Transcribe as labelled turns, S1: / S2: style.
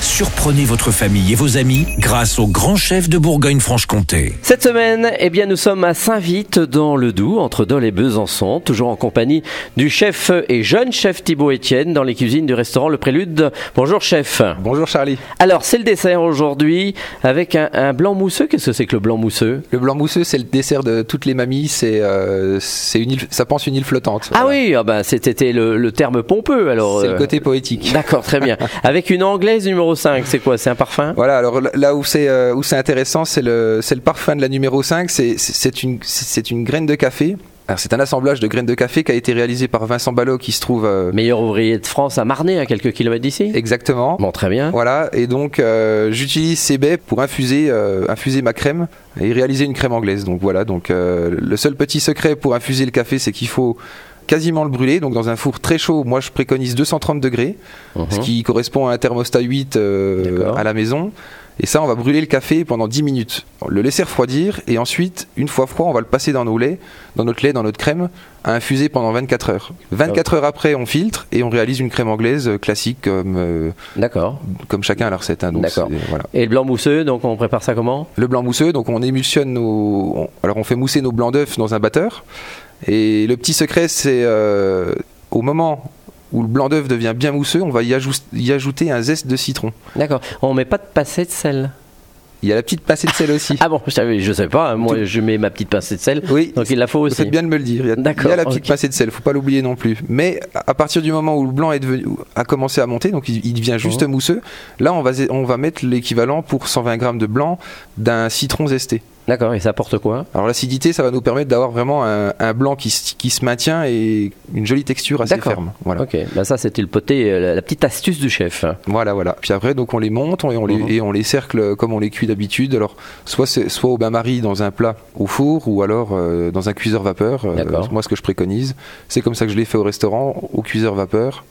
S1: Surprenez votre famille et vos amis grâce au grand chef de Bourgogne-Franche-Comté.
S2: Cette semaine, eh bien, nous sommes à Saint-Vite, dans le Doubs, entre Dole et Besançon, toujours en compagnie du chef et jeune chef Thibaut Etienne dans les cuisines du restaurant Le Prélude. Bonjour chef.
S3: Bonjour Charlie.
S2: Alors, c'est le dessert aujourd'hui avec un, un blanc mousseux. Qu'est-ce que c'est que le blanc mousseux
S3: Le blanc mousseux, c'est le dessert de toutes les mamies. C'est, euh, c'est une île, ça pense une île flottante.
S2: Ah
S3: Voilà.
S2: oui, ah ben, c'était le, le terme pompeux alors.
S3: C'est le
S2: euh,
S3: côté poétique.
S2: D'accord, très bien. Avec une anglaise numéro 5, c'est quoi C'est un parfum
S3: Voilà, alors l- là où c'est euh, où c'est intéressant, c'est le c'est le parfum de la numéro 5, c'est c'est- c'est une c'est- c'est une graine de café. Alors, c'est un assemblage de graines de café qui a été réalisé par Vincent Ballot qui se trouve euh,
S2: Meilleur ouvrier de France à Marnay, à quelques kilomètres d'ici
S3: exactement.
S2: Bon, très bien.
S3: Voilà, et donc euh, j'utilise ces baies pour infuser, euh, infuser ma crème et réaliser une crème anglaise. Donc voilà, donc euh, le seul petit secret pour infuser le café, c'est qu'il faut quasiment le brûler, donc dans un four très chaud, moi je préconise 230 degrés, ce
S2: Mhm.
S3: qui correspond à un thermostat 8 euh,
S2: D'accord.
S3: à la maison. Et ça, on va brûler le café pendant 10 minutes, On le laisser refroidir, et ensuite, une fois froid, on va le passer dans nos laits, dans notre lait, dans notre crème, à infuser pendant 24 heures. 24 heures après, on filtre et on réalise une crème anglaise euh, classique comme euh,
S2: D'accord.
S3: comme chacun a la recette. hein, donc
S2: D'accord.
S3: c'est- voilà.
S2: Et le blanc mousseux, donc on prépare ça comment
S3: Le blanc mousseux, donc on émulsionne nos. on- alors on fait mousser nos blancs d'œufs dans un batteur. Et le petit secret, c'est euh, au moment où le blanc d'œuf devient bien mousseux, on va y, ajous- y ajouter un zeste de citron.
S2: D'accord. On met pas de pincée de sel.
S3: Il y a la petite pincée de sel aussi.
S2: Ah bon, je savais, je savais pas. hein, Moi, je mets ma petite pincée de sel.
S3: Oui,
S2: Donc il la faut
S3: vous
S2: aussi.
S3: faites bien de me le dire. Il y a,
S2: D'accord,
S3: il y a la petite
S2: ok.
S3: pincée de sel, faut pas l'oublier non plus. Mais à à partir du moment où le blanc est devenu, a commencé à monter, donc il, il devient juste
S2: Mhm.
S3: mousseux, là on va, zé- on va mettre l'équivalent pour 120 grammes de blanc d'un citron zesté.
S2: D'accord. Et ça apporte quoi hein
S3: Alors l'acidité, ça va nous permettre d'avoir vraiment un, un blanc qui, se- qui se maintient et une jolie texture assez
S2: D'accord.
S3: ferme. Voilà.
S2: Ok. Bah ça, c'était le poté, euh, la, la petite astuce du chef.
S3: Voilà, voilà. Puis après, donc on les monte on- et on les,
S2: Mhm.
S3: et on les cercle comme on les cuit d'habitude. Alors soit c'est- soit au bain-marie dans un plat au four ou alors euh, dans un cuiseur vapeur. Euh,
S2: D'accord.
S3: moi, ce que je préconise, c'est comme ça que je l'ai fait au restaurant, au cuiseur vapeur,